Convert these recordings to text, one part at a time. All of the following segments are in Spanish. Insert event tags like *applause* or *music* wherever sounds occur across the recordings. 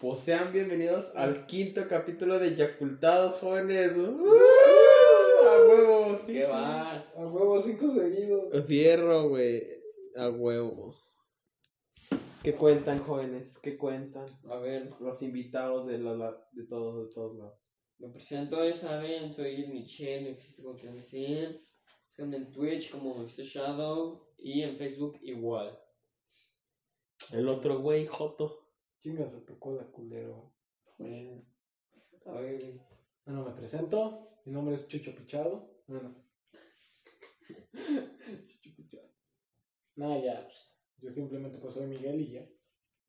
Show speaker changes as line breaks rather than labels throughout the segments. Pues sean bienvenidos al quinto capítulo de Yacultados Jóvenes. ¡Uh! A huevo, sí.
¿Qué
sí.
va?
A huevo, cinco seguidos.
Fierro, güey. A huevo. ¿Qué cuentan, jóvenes? ¿Qué cuentan?
A ver,
Los invitados de, la- la- de, todos, de todos lados.
me presento, ya saben, soy el Michelle en Facebook con Cancel. Síganme en Twitch como Mr. Shadow y en Facebook igual.
El otro güey, Joto.
Chingas a tu cola, culero.
A ver, güey.
Bueno, me presento. Mi nombre es Chucho Pichado. Bueno. *laughs* Chucho Pichado. Nada, ya. pues, yo simplemente pues soy Miguel y ya.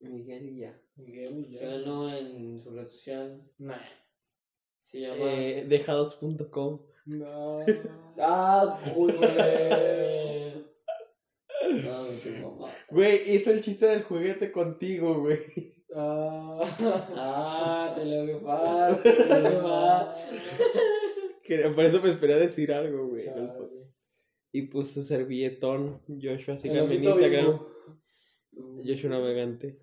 Miguel y ya.
Miguel y ya.
síganlo en su red social.
Nah.
Se llama.
Eh, dejados.com.
*laughs* No.
¡Ah, culero! no, güey, qué mamá.
Güey, hice el chiste del juguete contigo, güey. *laughs*
Ah.
¡Ah, te lo rifaste! Te lo rifaste.
Que- Por eso me esperé a decir algo, güey.
Chale.
en el pod- Y pues su servilletón, Joshua,
El
síganme en
osito
Instagram,
bimbo.
Joshua Navegante.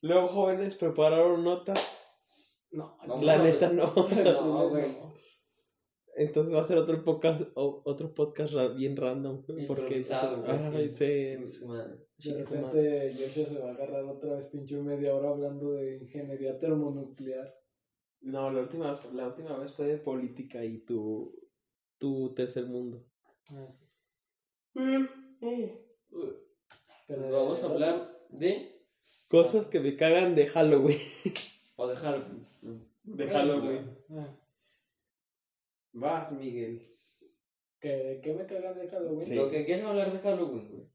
Luego, jóvenes, prepararon nota.
No,
No,
La
no,
neta, *laughs* no.
No, güey.
Entonces va a ser otro podcast, o- otro podcast ra- bien random. Porque
Improvisado, güey,
Ajá,
sí.
se-
Chingue su madre.
Chingue su madre.
De repente Yoshio se va a agarrar otra vez pinche media hora hablando de ingeniería termonuclear.
No, la última, vez- la última vez fue de política y tu, tu tercer mundo.
Ah, sí.
eh.
Pero vamos a hablar de.
Cosas que me cagan de Halloween.
O de Halloween. Mm,
De
Ah,
Vas, Miguel.
¿que, ¿De qué me cagan de Halloween?
Sí.
Lo que quieres hablar de Halloween, güey.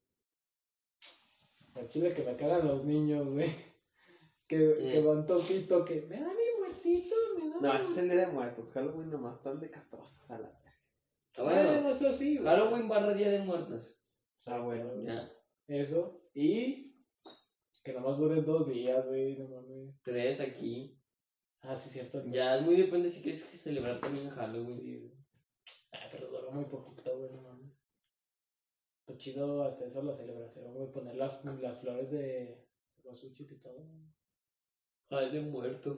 Al chile que me cagan los niños, güey. *laughs* Que,
Mm.
que van toque y toque. Me da mi muertito, me da
No,
mi
ese es el día de muertos. Halloween nomás están de castrosos a la.
Ah, Bueno,
Bueno, Ah, eso sí. güey.
Halloween barra Día de Muertos.
Ah, bueno.
Ya.
Eso. Y que nomás duren dos días, güey. No mames.
Tres aquí.
Ah, sí, cierto. entonces-
Ya, es muy depende si quieres que celebrar también Halloween.
Sí, güey. Ah, pero duró muy poquito, güey, no mames. Lo chido hasta eso la celebración, güey. Poner las, las flores de cempasúchil y todo. güey.
Ay, de muerto.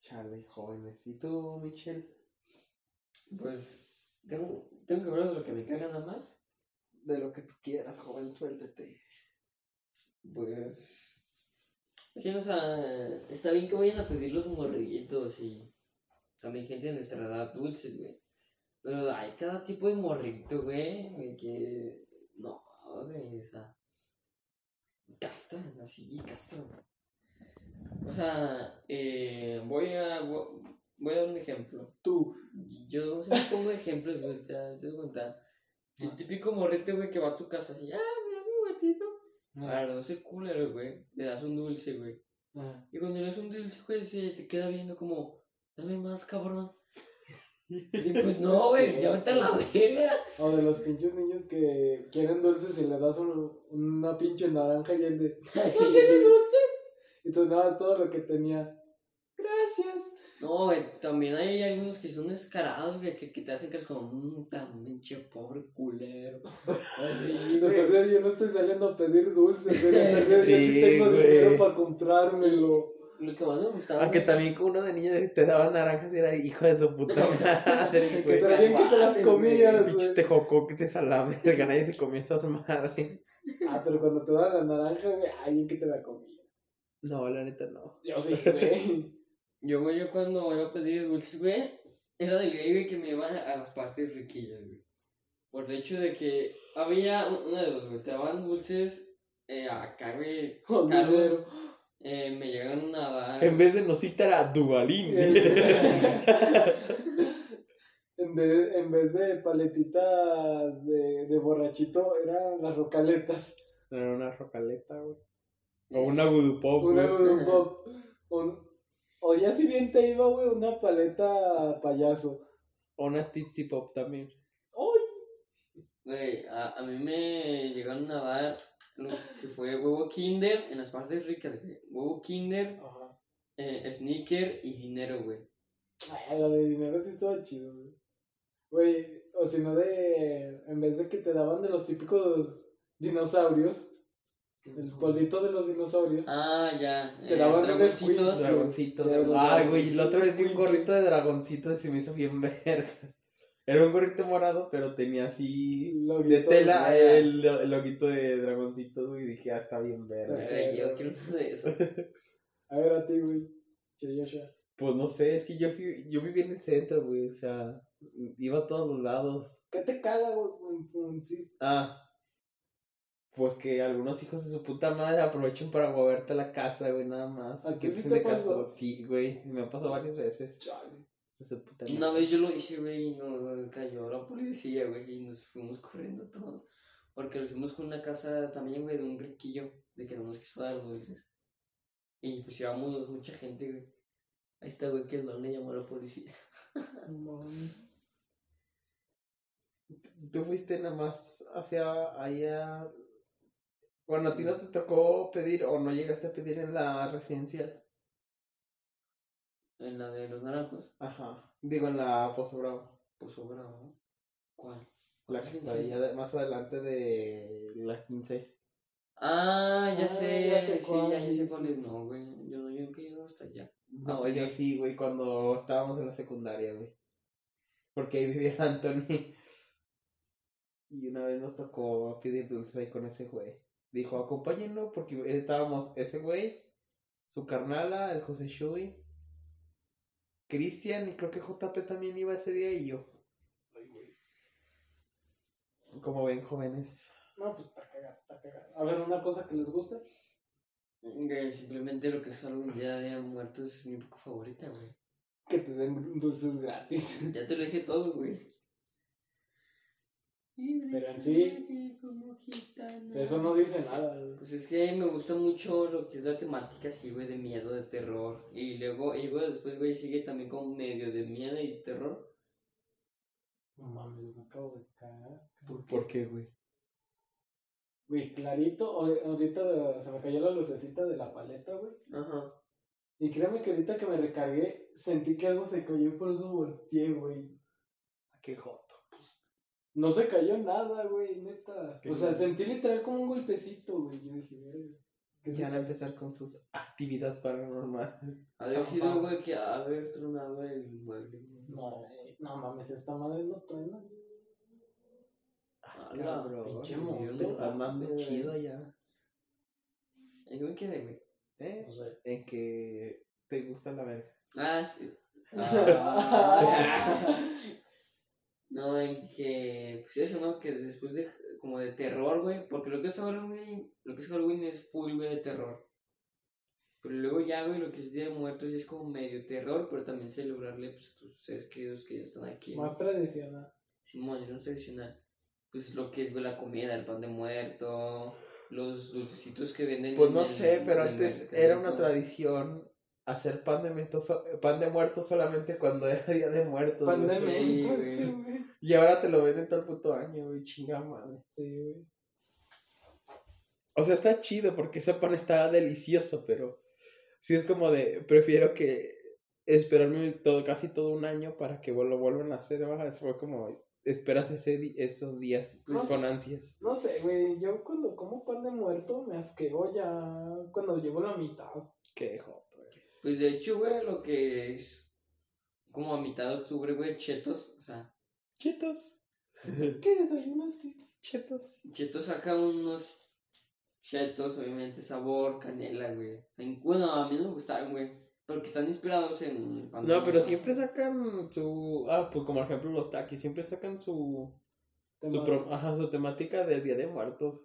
Chale, jóvenes. ¿Y tú, Michelle?
Pues, tengo, tengo que hablar de lo que me caga nada más.
De lo que tú quieras, joven, suéltate.
Pues. Sí, o sea, está bien que vayan a pedir los morrillitos y también gente de nuestra edad dulces, güey. Pero hay cada tipo de morrito, güey, de que. No, güey, o sea. Castran, así, castran. O sea, eh, voy a. vo- Voy a dar un ejemplo.
Tú.
Yo siempre pongo ejemplos, güey, te das cuenta. Ah. El típico morrito, güey, que va a tu casa así, ah, me das un muertito.
Ah,
Para no ser culero, güey, le das un dulce, güey.
ah.
Y cuando le das un dulce, güey, se te queda viendo como, dame más, cabrón. Y pues *laughs* no, güey, ya vete a la *laughs* verga.
O de los pinches niños que quieren dulces y les das un- una pinche naranja y el de.
Así.
¡No tiene dulces! Y tú nada, todo lo que tenía. ¡Gracias!
No, güey, también hay algunos que son descarados, güey, que, que te hacen que es como, mmm, tan pinche pobre *laughs* culero. Así,
Y de
güey.
perder, yo no estoy saliendo a pedir dulces,
*laughs*
pero de perder, yo
Sí,
sí tengo
güey.
dinero para comprármelo.
Lo que más me
Ah,
gustaba.
Aunque
güey,
también con uno de niños te daban naranjas y era hijo de su
*laughs*
puta madre,
Pero
güey.
bien que te las
caguates,
comías, güey.
Pinches tejocotes a la *laughs* verga, nadie se comía esas madres.
Ah, pero cuando te dan la naranja, güey, alguien que te la comía.
No, la neta no.
Yo sí, güey.
Yo, güey, yo cuando iba a pedir dulces, güey, era del gay, güey, que me iban a las partes riquillas, güey. Por el hecho de que había un- una de dos, güey, te daban dulces eh, acá, güey,
Con
caros,
dinero.
eh, me llegaron a dar...
En vez de nosita era
*laughs*
Dubalín.
*laughs* En, de- en vez de paletitas de, de borrachito, eran las rocaletas.
*laughs* Era una rocaleta, güey. O una gudupop,
Una
güey.
de un pop. Un- o ya si bien te iba, güey, una paleta payaso.
O una Tootsie Pop también.
¡Ay!
Güey, a, a mí me llegaron a dar lo que fue huevo kinder en las partes ricas, güey. Huevo kinder,
Ajá.
eh, sneaker y dinero, güey.
Ay, lo de dinero sí estaba chido, güey. Güey, o si no de... En vez de que te daban de los típicos dinosaurios, El polvito de los dinosaurios.
Ah, ya.
Te daban un
dragoncitos.
squid,
Dragoncitos.
dragoncitos. Dragoncitos.
Ay, güey, la otra vez vi un gorrito de dragoncitos y se me hizo bien *laughs* verga. Era un gorrito morado, pero tenía así de
Loguito
tela
de-
el, lo- el loguito de dragoncitos, güey. Y dije, ah, está bien verga.
Ay, Eh, yo quiero usar de eso.
A ver a ti, güey. Che, Joshua.
Pues no sé, es que yo, fui- yo viví en el centro, güey. O sea, iba a todos los lados.
¿Qué te caga, güey? Un- un- sí.
Ah. Pues que algunos hijos de su puta madre aprovechen para moverte a la casa, güey, nada más.
¿A ti
Que
sí
se
te
me casó.
pasó?
Sí, güey, me ha pasado varias veces.
Chale.
Hijos de su puta
Una
madre.
vez yo lo hice, güey, y nos cayó la policía, güey, y nos fuimos corriendo todos. Porque lo hicimos con una casa también, güey, de un riquillo, de que no nos quiso dar dulces. Y pues íbamos mucha gente, güey. Ahí está, güey, que el don le llamó a la policía.
No mames.
Tú fuiste nada más hacia allá. Bueno, a ti no te tocó pedir o no llegaste a pedir en la residencial.
En la de los naranjos.
Ajá. Digo, en la Pozo Bravo.
Pues bravo. ¿Cuál?
La que está allá de- más adelante de la 15.
Ah, ya
Ah,
sé,
ya sé
sí,
cuál
ya, ya sé
dices.
cuál es. No, güey, yo, no- yo nunca he ido hasta allá.
No,
Ah,
yo
ok.
sí, güey, cuando estábamos en la secundaria, güey. Porque ahí vivía *laughs* Anthony. Y una vez nos tocó pedir dulce ahí con ese güey. Dijo, acompáñenlo, porque estábamos ese güey, su carnala, el José Shui, Cristian, y creo que JP también iba ese día y yo. Como ven, jóvenes.
No, pues está cagado, está cagado. A ver, una cosa que les guste.
Güey, Mm, eh, simplemente lo que es Halloween, Día de Muertos, es mi poco favorita, güey.
Que te den dulces gratis. *laughs*
Ya te lo dije todo, güey.
Pero en sí, O sea, eso no dice nada, güey.
Pues es que me gusta mucho lo que es la temática así, güey, de miedo, de terror. Y luego, y luego después, güey, sigue también con medio de miedo y terror.
No mames, me acabo de cagar.
¿Por qué, güey?
Güey, clarito, ahor- ahorita se me cayó la lucecita de la paleta, güey.
Ajá.
Y créeme que ahorita que me recargué, sentí que algo se cayó y por eso volteé, güey.
Qué joto.
No se cayó nada, güey, neta.
Qué
O sea,
lindo.
sentí literal como un golpecito, güey. Yo dije, "Verga, ¿qué
Ya
se-
van a empezar con sus actividad paranormal.
Ha de haber
Ajá.
sido, güey, que ha de haber tronado el mueble. güey.
No, güey, no mames, esta madre no truena. güey.
Ah,
Claro,
la pinche
güey,
moto,
te está
güey.
armando chido ya.
¿En qué me quedé, güey?
¿Eh?
No sé.
En que te gusta la verga.
Ah, sí. Ah,
Ah.
*laughs* No, en que, pues eso, ¿no? Que después de, como de terror, güey, porque lo que es Halloween, lo que es Halloween es full, güey, de terror. Pero luego ya, güey, lo que es Día de Muertos es como medio terror, pero también celebrarle, pues, a tus seres queridos que ya están aquí. ¿no?
*laughs* Más tradicional.
Simón, ya no es tradicional. Pues lo que es, güey, la comida, el pan de muerto, los dulcecitos que venden
Pues
en
no
el-
sé, pero
en el
antes era una
mercadito.
tradición hacer pan de, mento so- pan de muerto solamente cuando *laughs* era día de muertos. güey.
Pandemia,
sí,
este,
güey.
güey.
Y ahora te lo venden todo el puto año, güey, chingada madre.
Sí, güey.
O sea, está chido porque ese pan está delicioso, pero sí es como de, prefiero que esperarme todo, casi todo un año para que lo vuelvan a hacer. ¿verdad? Es fue como, esperas ese di- esos días
Pues-
con ansias.
No sé, güey, yo cuando como pan de muerto me asqueo ya cuando llevo la mitad.
Qué joto, eh. güey.
Pues de hecho, güey, lo que es como a mitad de octubre, güey, chetos, o sea,
Chetos,
¿Qué desayunaste?
chetos.
Chetos saca unos chetos, obviamente, sabor, canela, güey. O sea, en- Bueno, a mí no me gustaron, güey. Porque están inspirados en el pan de
No, pero
muerto.
siempre sacan su. Ah, pues como ejemplo los taquis, siempre sacan su.
Te
Su,
mando.
pro- ajá, su temática del Día de Muertos.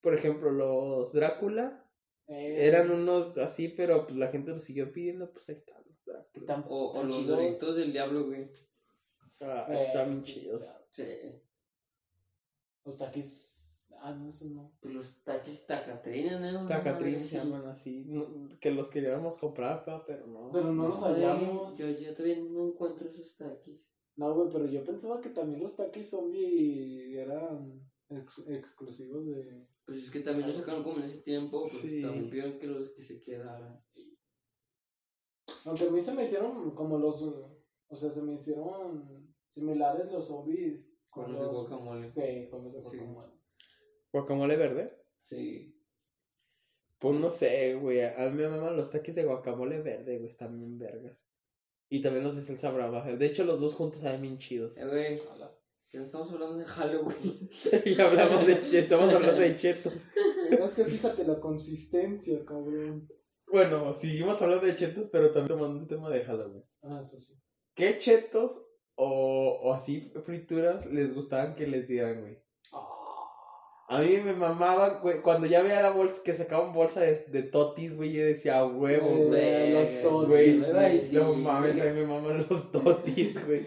Por ejemplo, los Drácula
Eh,
eran unos así, pero pues la gente los siguió pidiendo, pues ahí están los Drácula.
tan-
O, o
tan
los
chidos.
doritos del diablo, güey.
Ah,
Eh,
están
sí,
chidos.
está.
Sí.
Los taquis. Ah, no, eso no.
Los taquis tacatrina, ¿no?
Tacatrín
Sí.
se llaman así, no- que los queríamos comprar, pa, pero no.
Pero no los
Güey,
hallamos.
Yo, yo todavía no encuentro esos taquis.
No, güey, pero yo pensaba que también los taquis zombie eran ex- exclusivos de.
Pues es que también los sacaron como en ese tiempo, pues
Sí.
también vieron que los que se quedaran.
Aunque a mí se me hicieron como los. O sea, se me hicieron similares los zombies
Con los de guacamole.
Sí, con los de
Sí.
guacamole.
Guacamole verde.
Sí.
Pues no sé, güey. A mí me maman los taques de guacamole verde, güey. Están bien vergas. Y también los de salsa brava. eh, De hecho, los dos juntos saben bien chidos.
Eh, güey, que no estamos hablando de
*laughs*
Halloween.
y hablamos de... ch- Estamos hablando de chetos.
No, es que fíjate la consistencia, cabrón.
Bueno, seguimos hablando de chetos, pero también tomando el tema de Halloween.
Ah, eso sí.
¿Qué chetos o, o así frituras les gustaban que les dieran, güey? A mí me mamaban, güey. Cuando ya veía la bolsa, que sacaban bolsa de, de totis, güey, yo decía, "A huevo,
güey,
Eh, los totis.
güey.
sí,
¿verdad? Y
sí,
sí,
no mames, eh. a mí me maman los totis, güey.
Güey,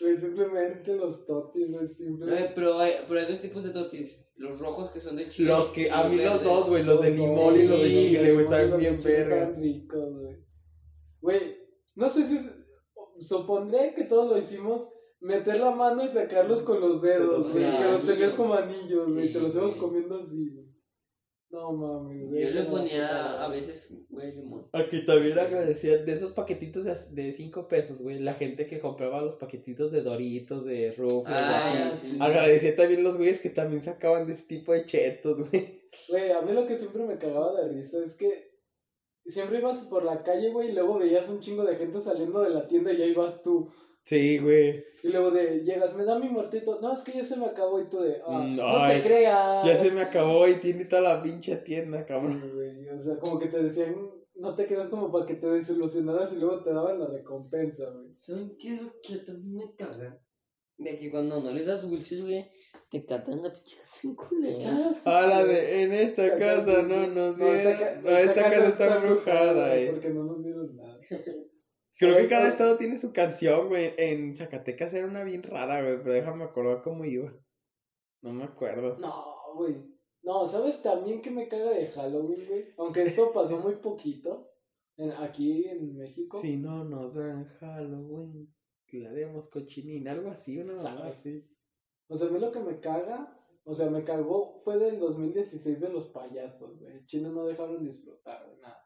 Pues simplemente los totis, güey,
Eh,
simplemente.
pero, hay, pero hay dos tipos de totis. Los rojos que son de chile.
Los que, a
y
mí los
verdes.
dos, güey, los de limón y los de
Sí,
chile, güey,
saben
saben bien verga.
Están ricos, güey. Güey, no sé si es- supondré que todos lo hicimos meter la mano y sacarlos con los dedos,
Los
güey, que los
anillos.
tenías como anillos, güey,
Sí,
te los íbamos
güey.
comiendo así, güey. No mames, güey.
Yo
esa
le
era
ponía
puta,
a
güey.
veces, güey, limón.
Aquí también agradecía de esos paquetitos de- de 5 pesos, güey. La gente que compraba los paquetitos de doritos, de rufles, de así.
Ah,
ya,
sí.
sí.
Agradecía también los güeyes que también sacaban de ese tipo de chetos, güey.
Güey, a mí lo que siempre me cagaba de risa es que siempre ibas por la calle, güey, y luego veías un chingo de gente saliendo de la tienda y ahí vas tú.
Sí, güey.
Y luego de, llegas, me da mi muertito. No, es que ya se me acabó y tú de, ah,
Mm,
no
ay,
te creas.
Ya se me acabó y tiene toda la pinche tienda, cabrón.
Sí, güey, o sea, como que te decían, no te creas como para que te desilusionaras y luego te daban la recompensa, güey.
¿Saben qué es lo que también me caga? De que cuando no les das dulces, güey, te catan la pinche casa en culera.
Ah,
A Ah, la de, en esta casa no nos dieron. No, esta casa está embrujada,
güey,
eh.
Porque no nos dieron nada.
Creo que cada estado tiene su canción, güey. En Zacatecas era una bien rara, güey, pero déjame acordar cómo iba. No me acuerdo.
No, güey. No, ¿sabes también que me caga de Halloween, güey? Aunque esto pasó muy poquito en- aquí en México.
Si no nos dan Halloween, le haremos cochinina, algo así, una mamada
Sabe.
así.
O sea, a mí lo que me caga, o sea, me cagó fue del 2016 de los payasos, güey. Chino no dejaron disfrutar de nada.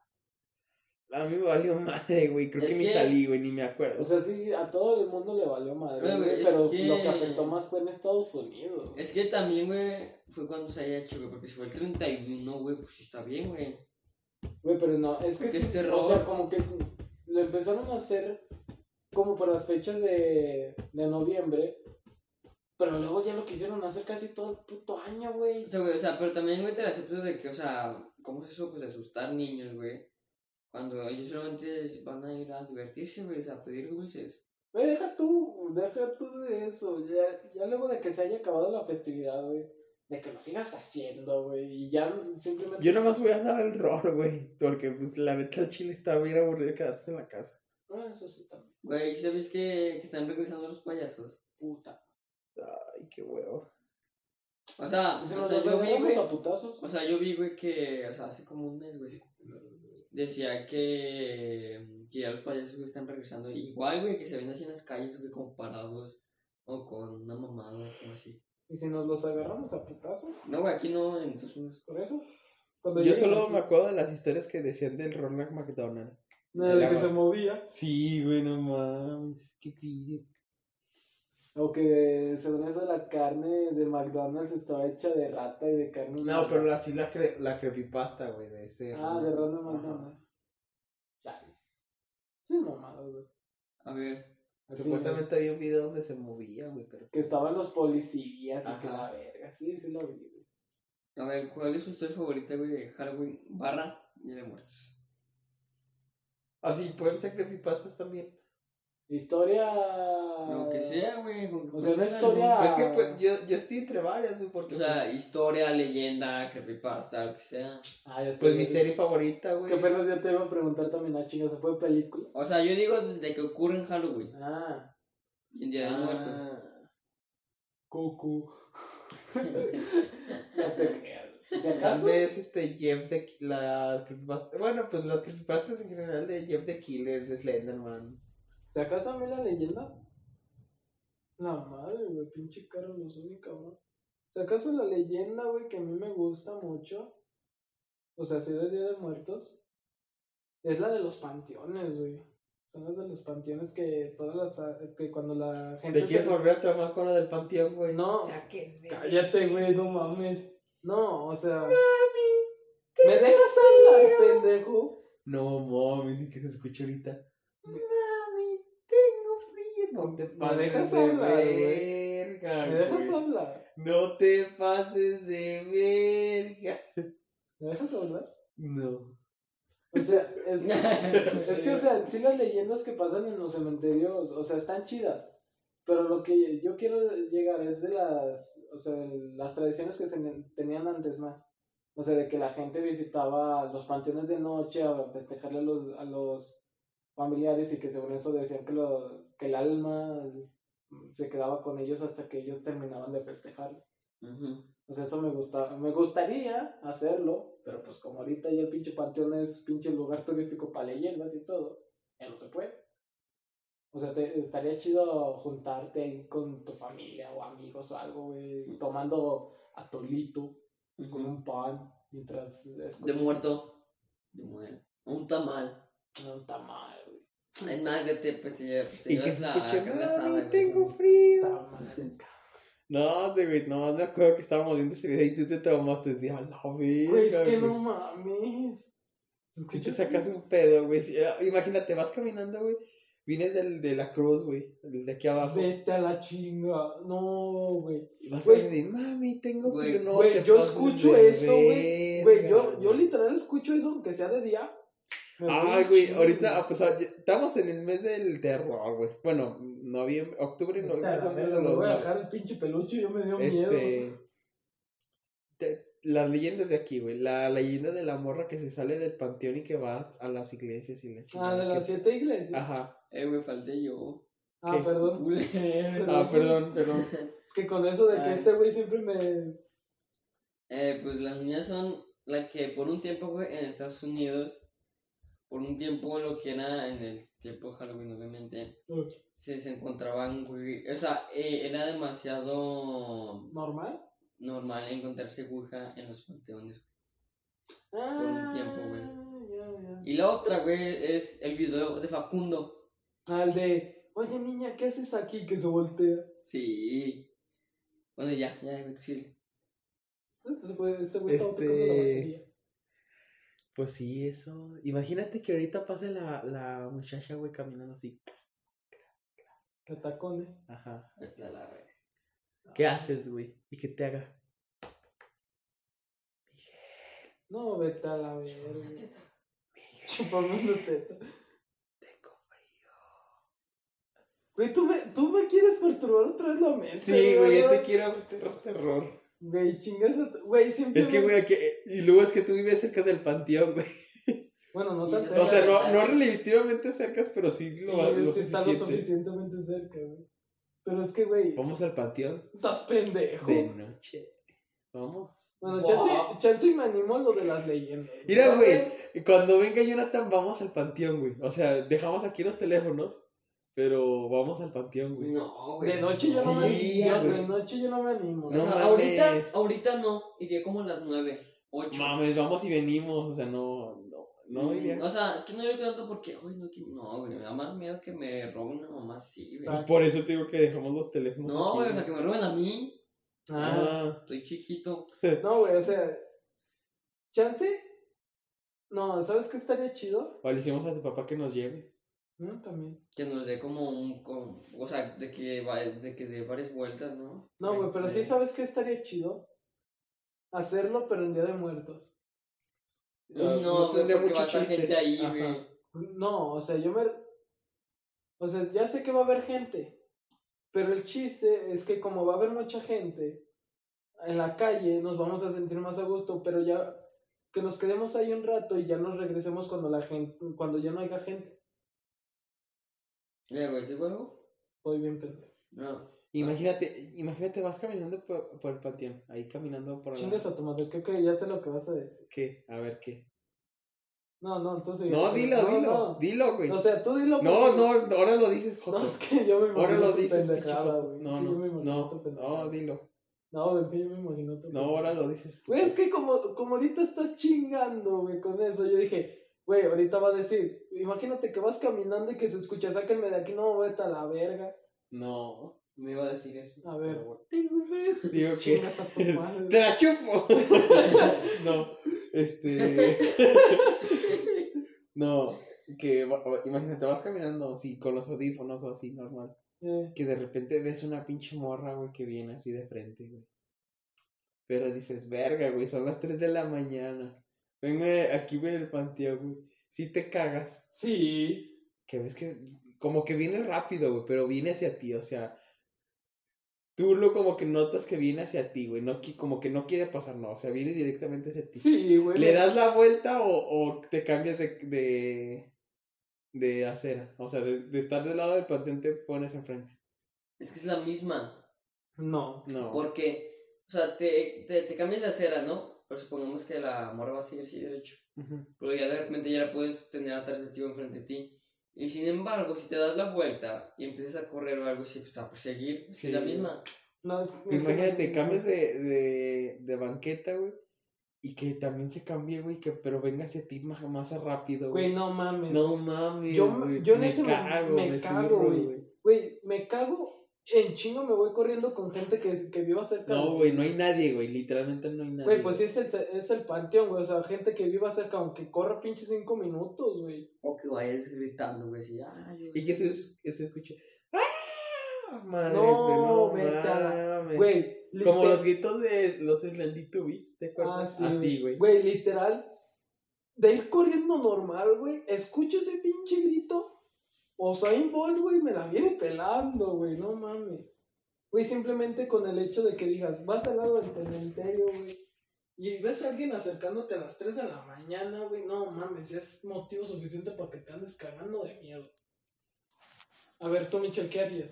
A mí me valió madre, güey. Creo
Es
que ni
que-
salí, güey, ni me acuerdo.
O sea, sí, a todo el mundo le valió madre,
Güey,
güey,
es
pero
que-
lo que afectó más fue en Estados Unidos. güey.
Es que también, güey, fue cuando se haya hecho, güey, porque si fue el 31, güey, pues sí está bien, güey.
Güey, pero no, es que
Porque
sí,
es terror.
o sea, como que lo empezaron a hacer como por las fechas de, de noviembre, pero luego ya lo quisieron hacer casi todo el puto año, güey.
O sea, güey, o sea, pero también, güey, te la acepto de que, o sea, ¿cómo es eso? Pues de asustar niños, güey. Cuando ellos solamente van a ir a divertirse, güey, o sea, a pedir dulces.
Güey, deja tú, deja tú de eso, ya, ya luego de que se haya acabado la festividad, güey, de que lo sigas haciendo, güey, y ya simplemente...
Yo nomás voy a dar el rol, güey. Porque, pues, la neta, el chile está bien aburrido de quedarse en la casa.
Ah, eso sí, también,
Güey, ¿sabes que, que están regresando los payasos?
puta.
Ay, qué huevo.
O sea, Ah, o
Se nos
sea, yo vi,
agarramos
güey,
a putazos.
o sea, yo vi, güey, que, o sea, hace como un mes, güey, decía que, que ya los payasos, güey, están regresando. Igual, güey, que se ven así en las calles, güey, como parados o con una mamada o así.
Y si nos los agarramos a putazos,
No, güey, aquí no, en Estados Unidos.
por eso... Cuando
Yo
lleguen
solo
aquí-
me acuerdo de las historias que decían del Ronald McDonald.
No, de que se movía.
Sí, güey, no mames. Qué pido.
O que según eso la carne de McDonald's estaba hecha de rata y de carne
No,
humana.
pero así la, cre- la creepypasta, güey, de ese.
Ah, de Ronald
Ajá.
McDonald. Chale. Sí, mamado, güey.
A ver,
Así, güey,
Supuestamente había un video donde se movía, güey, pero.
Que estaban los policías y
Ajá.
que la verga. Sí, sí lo vi, güey.
a ver, ¿cuál es su historia favorita, güey, de Halloween barra Día de Muertos?
Así pueden ser creepypastas también.
Historia.
Lo que sea, güey. con que
O sea, una
cuenten
historia-
algo.
Pues que pues yo, yo estoy entre varias, güey, porque.
O sea,
pues,
historia, leyenda, creepypasta, lo que sea.
Ah, ya estoy
pues mi
viendo.
serie favorita,
Es que
güey.
apenas yo te iba a preguntar también, ah, chingas, ¿se fue película?
O sea, yo digo de que ocurre en Halloween
Ah.
y en Día de
Ah.
Muertos.
*laughs* Cucu. No te creas. güey.
*laughs*
Si
Tal
acaso.
vez este Jeff de Ki- la creepypasta- Bueno, pues las creepypastas en general de Jeff the Killer, de Slenderman.
¿Se acaso a mí la leyenda? La madre, güey, pinche cara lo soy, cabrón. ¿Se acaso la leyenda, güey, que a mí me gusta mucho? O sea, si es del Día de Muertos, es la de los panteones, güey. Son las de los panteones que todas las. que cuando la gente.
¿Te quieres
se-
volver a tramar con lo del panteón, güey?
No.
Sáquenme.
Cállate, güey, no mames. No, o sea.
Mami, te
¿Me dejas hablar, pendejo?
No, mami, sí que se escucha ahorita. Mami, tengo frío. No te
¿Me dejas
pases de
hablar,
verga,
¿Me dejas
güey.
hablar?
No te pases de verga.
¿Me dejas hablar?
No.
O sea, es,
*laughs*
es que, o sea, en sí las leyendas que pasan en los cementerios, o sea, están chidas. Pero lo que yo quiero llegar es de las, o sea, de las tradiciones que se men- tenían antes más. O sea, de que la gente visitaba los panteones de noche a festejarle a los, a los familiares y que según eso decían que, lo, que el alma se quedaba con ellos hasta que ellos terminaban de festejarlo.
Ujú.
O sea, eso me gusta, me gustaría hacerlo, pero pues como ahorita ya el pinche panteón es pinche lugar turístico para leyendas y todo, ya no se puede. O sea, te- estaría chido juntarte ahí con tu familia o amigos o algo, güey, tomando atolito con un pan mientras
De
escuchas
muerto. De muerto. Un tamal.
un tamal, güey.
Es más que te pues, te- te
Y que
llevas
se
la
escucha,
carne asada,
mami,
güey.
tengo frío.
Tamal.
No, de güey, nomás me acuerdo que estábamos viendo ese video y tú te tomaste de a la verga.
Güey, es que
güey".
no mames.
Si te sacas un pedo, güey. Si- ah, Imagínate, vas caminando, güey. Vienes del, de la cruz, güey. Del de aquí abajo.
Vete a la chinga. No, güey.
Y vas
Güey.
a decir, mami, tengo
Güey,
frío. No,
güey,
te
yo
pases
escucho
de
eso, güey. Güey,
verga,
yo, yo literal escucho eso, aunque sea de día. Me voy
Ay,
un
güey,
chingo.
ahorita, ah, pues, ah, ya- estamos en el mes del terror, güey. Bueno, noviembre, octubre,
Vete a
noviembre
la
son de
verga, me
los...
voy a
no-
dejar el pinche peluche, yo me dio miedo.
este... te- las leyendas de aquí, güey. La leyenda de la morra que se sale del panteón y que va a las iglesias y la
Ah,
chingada
de las
que-
siete iglesias.
Ajá.
Eh, güey, falté yo. *laughs*
Ah,
Ah, ¿qué?
perdón.
Culero.
Ah, perdón, perdón.
Es que con eso de que
Ay.
este güey siempre me.
Eh, pues las niñas son la que por un tiempo fue en Estados Unidos, por un tiempo lo que era en el tiempo de Halloween, obviamente,
Mm.
se, se encontraban, güey, o sea, eh, era demasiado
¿Normal?
normal encontrarse Ouija en los panteones.
Ah,
un tiempo, güey.
Ya, ya.
Y la otra, güey, es el video de Facundo.
Ah, el de. Oye, niña, ¿qué haces aquí? Que se voltea.
Sí. Bueno, ya, ya, güey, tú sí.
Este se puede- este güey estaba
Este-
tocando la batería.
Pues sí, eso. Imagínate que ahorita pase la, la muchacha, güey, caminando así.
Los tacones.
Ajá.
Vete a la verga.
¿Qué
Ah.
haces, güey? Y que te haga.
No, vete a la verga. *laughs* Chupame una teta.
Tengo frío.
Güey, ¿tú me, tú me quieres perturbar otra vez la mente.
Este, Sí, güey, yo
¿verdad?
te quiero terror, terror.
Güey, chingas a tu... Güey, siempre...
Es que, güey, aquí- y luego es que tú vives cerca del panteón, güey.
Bueno, no
Y
tan
se-
cerca.
O sea, no, no relativamente cercas, pero sí
Sí,
lo,
es
lo
que
este
está lo
suficiente.
suficientemente cerca, güey. Pero es que, güey,
Vamos al panteón
estás pendejo.
de noche. Vamos.
Bueno,
Wow.
chance, chance y me animo a lo de las leyendas.
Mira, güey, y cuando venga Jonathan, vamos al panteón, güey. O sea, dejamos aquí los teléfonos, pero vamos al panteón, güey.
No, güey.
De noche yo no me
Sí,
animo.
güey.
De noche yo no me animo.
O
No
sea,
mames.
ahorita, ahorita no, iría como a las nueve, ocho.
Mames, vamos y venimos, o sea, no, no, no
Mm,
iría.
O sea, es que no digo tanto porque, ay, no, que- no, güey, me da más miedo que me roben una mamá así, güey.
Pues por eso te digo que dejamos los teléfonos.
ah, No,
aquí,
güey, o sea, que me roben a mí,
Ah,
Ah,
estoy chiquito.
no, güey, o sea... Chance... No, ¿sabes qué estaría chido?
o le hicimos a tu papá que nos lleve.
Mm, también.
Que nos dé como un, como- o sea, de que, va- de que dé varias vueltas, ¿no?
No, güey, pero sí
Eh,
sabes que estaría chido hacerlo, pero en Día de Muertos.
Ah,
Pues, No, güey,
tendría
porque
mucho
va a estar
chiste.
gente ahí,
Ajá.
güey.
No, o sea, yo me... O sea, ya sé que va a haber gente, pero el chiste es que como va a haber mucha gente en la calle, nos vamos a sentir más a gusto, pero ya que nos quedemos ahí un rato y ya nos regresemos cuando la gente, cuando ya no haya gente.
Ya, güey, ¿te juego?
Estoy bien pendejo.
No.
Imagínate, imagínate, vas caminando por, por el panteón, ahí caminando por la...
Chingas a tu madre, creo que ya sé lo que vas a decir.
¿Qué? A ver, ¿qué?
No, no, entonces...
No, dilo,
No,
dilo,
no.
dilo, güey.
O sea, tú dilo.
no,
porque-
no, ahora lo dices, Joto.
*laughs* No, es que yo me imagino
ahora lo
tu
dices, pinche
pendejada,
Joto.
güey.
No,
Sí, yo
no,
me imagino tu
no,
pendejada.
no, dilo.
No, güey, sí, yo me imagino tu
No,
pendejada.
ahora lo dices.
Güey, es que como, como ahorita estás chingando, güey, con eso, yo dije, güey, ahorita va a decir, imagínate que vas caminando y que se escucha, sáquenme de aquí, no, vete a la verga.
No, no iba a decir eso.
A ver.
Pero bueno. *laughs*
Tengo miedo.
Digo que...
Chingas a tu madre.
¡Te la chupo! *laughs* no, Este.
*laughs*
no, que va- va- imagínate, vas caminando así con los audífonos o así normal.
Eh,
Que de repente ves una pinche morra, güey, que viene así de frente, güey. Pero dices, verga, güey, son las 3 de la mañana. Vengo aquí, güey, en el panteón, güey. Si te cagas.
sí.
que ves que como que viene rápido, güey, pero viene hacia ti, o sea, tú lo como que notas que viene hacia ti, güey, no qui- como que no quiere pasar, no, o sea, viene directamente hacia ti.
Sí, güey.
¿Le das la vuelta o, o te cambias de, de, de acera? O sea, de, de estar del lado del panteón te pones enfrente.
*laughs* Es que es la misma.
No.
No.
Porque, o sea, te, te, te cambias de acera, ¿no? Pero supongamos que la morra va a seguir así derecho.
Ujú.
Pero ya de repente ya la puedes tener atrás de ti o enfrente de ti. Y sin embargo, si te das la vuelta y empiezas a correr o algo así, pues te va a perseguir. Es que
Sí.
es la misma.
no es- es que
Pues, Imagínate,
no-
cambias de, de, de banqueta, güey, y que también se cambie, güey, que pero venga hacia ti más, más rápido,
Güey, no mames.
No mames.
Yo-
güey,
yo en ese mo- me cago,
zurro,
güey. Güey, me cago en chingo, me voy corriendo con gente que, que viva cerca.
No, güey, no hay nadie, güey. Literalmente no hay nadie.
Güey, pues sí, es el, es el panteón, güey. O sea, gente que viva cerca, aunque corra pinche cinco minutos, güey.
O que vayas gritando, güey, así, ah, yo...
Y que se, que se escuche. ¡Ah! Madre,
No, vete a la- Güey,
Como
liter-
los gritos de los Slendy Tubbies, ¿te
Ah,
acuerdas?
sí,
Así, güey.
Güey, literal. De ir corriendo normal, güey. Escucho ese pinche grito. O Saint Bolt, güey, me la viene pelando, güey. No mames. Güey, simplemente con el hecho de que digas, vas al lado del cementerio, güey. Y ves a alguien acercándote a las 3 de la mañana, güey. No mames, ya es motivo suficiente para que te andes cagando de miedo. A ver, tú, Michel, ¿qué harías?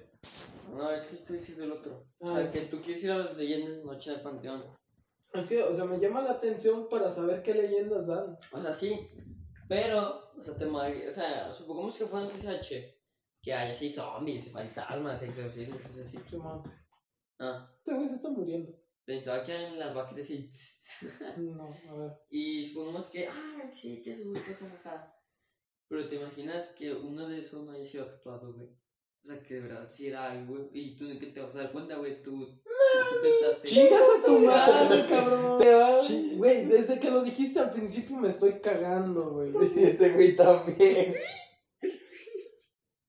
No, es que tú dices del otro. O
Ah.
sea, que tú quieres ir a las leyendas de noche del panteón.
Es que, o sea, me llama la atención para saber qué leyendas dan.
O sea, sí, pero, o sea, te ma- o sea, supongamos que fue en el CSH, que hay así zombies, fantasmas, exorcismos, cosas así.
Simón,
Ah,
este güey se está muriendo.
pensaba que en las vaquitas y...
No, a ver.
y supongamos que, ah, sí, qué susto, cómo está. Pero te imaginas que uno de esos no haya sido actuado, güey. O sea, que de verdad sí era algo, y tú que te vas a dar cuenta, güey, tú, tú pensaste...
Chingas a tu madre, cabrón. Te va-
Chin-
Güey, desde que lo dijiste al principio me estoy cagando, güey.
*laughs*
*laughs*
Ese güey también.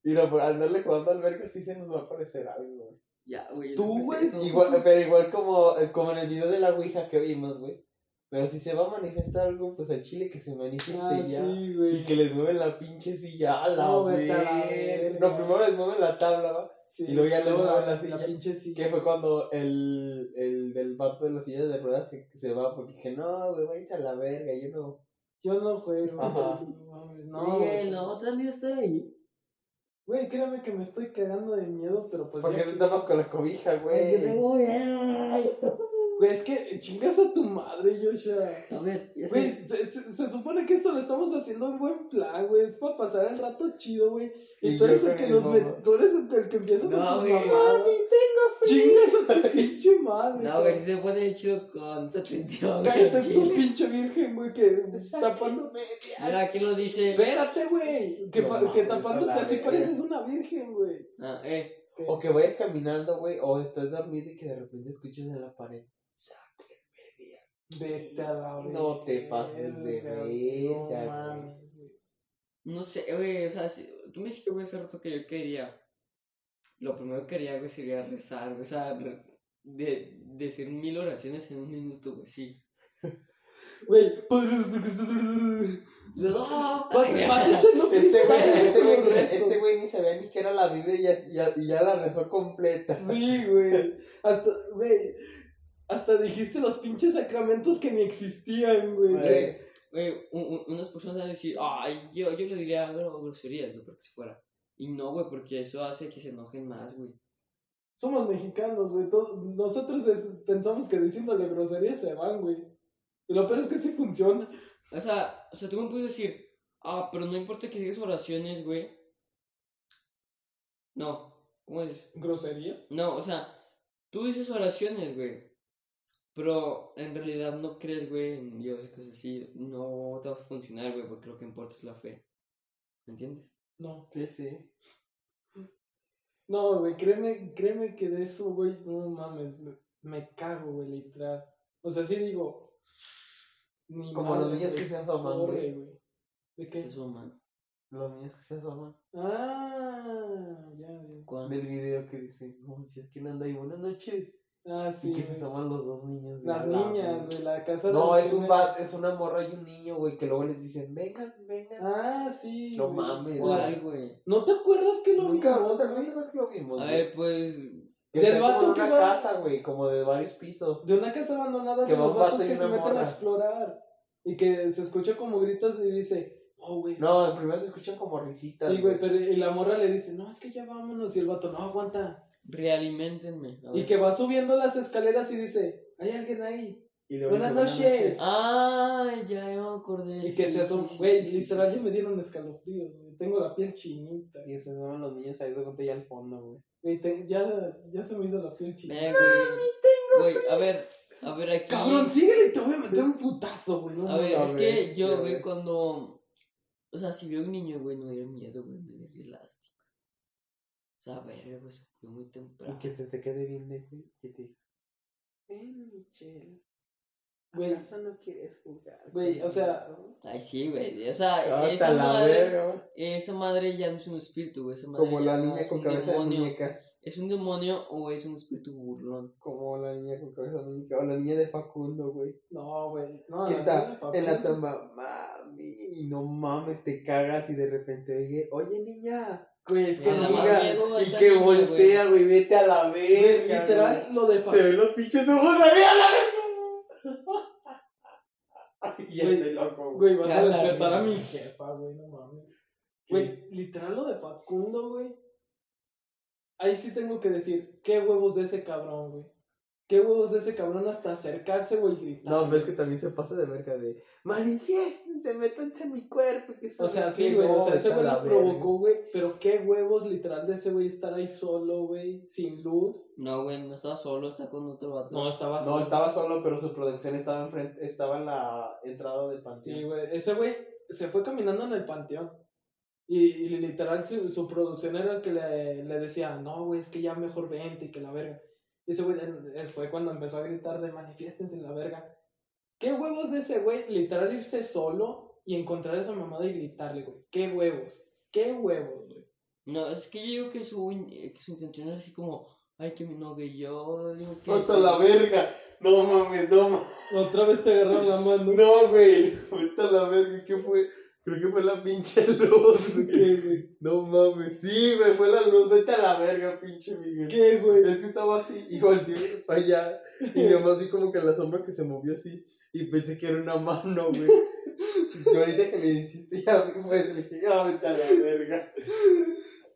Mira, por andarle jugando al verga sí se nos va a aparecer algo, güey.
Ya, güey.
Tú,
no es
güey,
eso. *laughs*
Igual, pero igual como, eh, como en el video de la Ouija que vimos, güey. Pero si se va a manifestar algo, pues al chile que se manifieste
Ah,
ya.
sí,
Y
güey.
que les mueven la pinche silla a la
No, vete a la
verga.
verga.
No, primero les mueven la tabla, ¿va?
Sí,
y luego ya les
la,
mueven la silla.
pinche
Y
silla.
que fue cuando el, el del vato de las sillas de ruedas se, se va porque dije, no, güey, váyanse a la verga, yo no.
Yo no juego.
Ajá.
güey, No, mames, no.
Miguel,
güey.
no, también está ahí.
Güey, créeme que me estoy cagando de miedo, pero pues.
¿Por qué
ya-
te tapas con la cobija,
Ay, yo
güey?
tengo miedo.
Güey, es que chingas a tu madre, Joshua.
A ver, ya sé.
Güey, se, se- se supone que esto lo estamos haciendo en buen plan, güey. Es para pasar el rato chido, güey. Y,
Y
tú
yo
eres el
con
que
mi
nos
mamá.
met- tú eres el, el que empieza con
No,
tus
güey.
mamadas. Chingas a tu pinche madre.
No, güey, sí se pone chido con su atención. güey,
Cállate
chile.
tu pinche virgen, güey, que tapándome.
Mira, ¿quién nos dice?
Espérate, güey. Que,
No
pa-
mames,
que tapándote
a la
así
verga.
pareces una virgen, güey.
Ah, eh.
O que vayas caminando, güey, o estás dormido y que de repente escuches en la pared.
Vete a la
No te pases de
verga,
verga,
No mames, güey.
No sé, güey, o sea, si- tú me dijiste, güey, hace rato que yo quería. Lo primero que haría, güey, sería rezar, güey, o sea, re- de, decir mil oraciones en un minuto, güey, sí.
Güey, padre, es lo que estás-
¡No!
Vas, vas echando
Este güey,
cristal
este güey, ni-
progreso.
este güey ni sabía ni que era la Biblia y ya, y ya, y ya la rezó completa.
Sí, güey. Hasta, güey. Hasta dijiste los pinches sacramentos que ni existían,
Güey,
güey.
*laughs* Güey, un- un- unas personas van a decir, ay, yo, yo le diría algo groserías, güey, porque si fuera. Y no, güey, porque eso hace que se enojen más, güey.
Somos mexicanos, güey. to- Nosotros es- pensamos que diciéndole groserías se van, güey. Y lo peor es que sí funciona.
O sea, o sea, tú me puedes decir, ah, pero no importa que digas oraciones, güey. No, ¿cómo es?
¿Groserías?
No, o sea, tú dices oraciones, güey. Pero en realidad no crees, güey, en Dios y cosas así. No te va a funcionar, güey, porque lo que importa es la fe. ¿Me entiendes?
No.
Sí, sí.
No, güey. Créeme, créeme que de eso, güey. No mames. Me, me cago, güey, literal. O sea, sí digo. Ni
Como los
madres,
niños que
güey.
se asoman,
Corre,
güey.
¿De qué?
Se suman.
Los niños que se asoman
Ah, ya, ya.
¿Cuándo?
del video que dicen, no manches, ¿quién anda ahí? Buenas noches.
Ah, sí.
y que se
güey.
asoman los dos niños. de la
Las
lava,
niñas,
güey.
de la casa de
No,
los
es un
primeros.
va- es una morra y un niño, güey, que luego les dicen, vengan, vengan.
Ah, sí.
No
güey.
mames,
La-
¿Cuál, güey?
¿No te acuerdas que lo
Nunca,
vimos,
¿no te
güey?
acuerdas que lo vimos?
A
güey?
ver, pues.
Que
Del
está como
vato
en
que
una
va-
casa, güey, como de varios pisos.
De una casa abandonada
Que
de
va
los
un
vatos
vato y
que se
una
meten a
morra.
explorar. Y que se escucha como gritos y dice, oh, güey.
No, primero se escuchan como risitas.
sí, güey, pero y la morra le dice, no, es que ya vámonos. Y el vato, no, aguanta.
Realimentenme. a
Y
ver.
que va subiendo las escaleras y dice, hay alguien ahí.
Y luego
Buenas
dice,
noches.
Ah, ya me acordé.
Y
sí,
que se asoma,
sí, sí,
güey,
sí, sí,
literal
sí.
ya me dieron escalofríos, güey. Tengo la piel chinita.
Y se asoman los niños ahí de cuenta ya al fondo, güey.
Güey, te- ya, ya se me hizo la piel chinita.
Ve, güey. Güey, a ver, a ver aquí.
Cabrón,
Pues
síguele, te voy a meter un putazo, güey. No,
A ver,
no,
es
güey.
que yo,
Ya,
güey, cuando. O sea, si veo un niño, güey, no me dio miedo, güey, me dio lástima. O sea, verga, güey, se murió muy
Y
temprano.
que te, te quede bien de güey. Que te diga, ven, Michelle.
Güey.
¿Acaso no quieres jugar?
Güey, o sea,
conmigo?"
Ay, sí, güey. O sea,
Ah,
esa
hasta la
madre.
verga, güey.
Esa madre ya no es un espíritu, güey. Esa madre
Como
ya
la
no
niña
es
con
un
cabeza
demonio.
de muñeca.
¿Es un demonio o es un espíritu burlón?
Como la niña con cabeza de muñeca. O la niña de Facundo, güey.
No, güey. No,
que
la
está
tele,
en la
papá,
tumba. Mami, y no mames, te cagas y de repente oye, oye niña.
Güey, es que
Con
Me da
no,
más
amiga,
miedo
Y
esa
que
niña, güey.
voltea, güey, vete a la
Güey,
verga.
literal, lo de
güey. Se ven los pinches ojos ahí a la verga. *laughs* Ay, ya
Güey,
estoy loco, güey.
Güey, vas a
Gana,
despertar a
güey.
mi jefa, güey, no mames.
Sí.
Güey, literal lo de Facundo, güey. Ahí sí tengo que decir, qué huevos de ese cabrón, güey. Qué huevos de ese cabrón hasta acercarse, güey, y gritar.
No, pero es que también se pasa de verga de manifiestense, métanse en mi cuerpo. Que
O
sabe
sea, sí,
qué,
güey,
no,
o sea, ese
vete a
güey
la
los
verga.
provocó, güey, pero qué huevos literal de ese güey estar ahí solo, güey, sin luz.
No, güey, no estaba solo, está con otro vato.
No, estaba
No,
solo.
estaba solo, pero su producción estaba enfrente, estaba en la entrada del panteón.
Sí, güey, ese güey se fue caminando en el panteón. Y, y literal su, su producción era el que le, le decía, no, güey, es que ya mejor vente y que la verga. Y ese güey en- es- fue cuando empezó a gritar de manifiéstense la verga. ¿Qué huevos de ese güey literal irse solo y encontrar a esa mamada y gritarle, güey? ¿Qué huevos? ¿Qué huevos, güey?
No, es que yo digo que su, in- eh, que su intención era así como, ay, que me no, que yo digo que...
Hasta la verga. No mames, no mames.
Otra vez te agarraron la mano.
*laughs* No, güey. Vete a la verga. ¿Qué fue? Creo que fue la pinche luz. güey.
¿Qué, güey?
No mames. Sí, güey, fue la luz. Vete a la verga, pinche Miguel.
¿Qué, güey?
Es que estaba así y volteé para allá. Y nomás vi como que la sombra que se movió así. Y pensé que era una mano, güey. Y ahorita que le hiciste, ya, pues, le dije, ya, vete a la verga.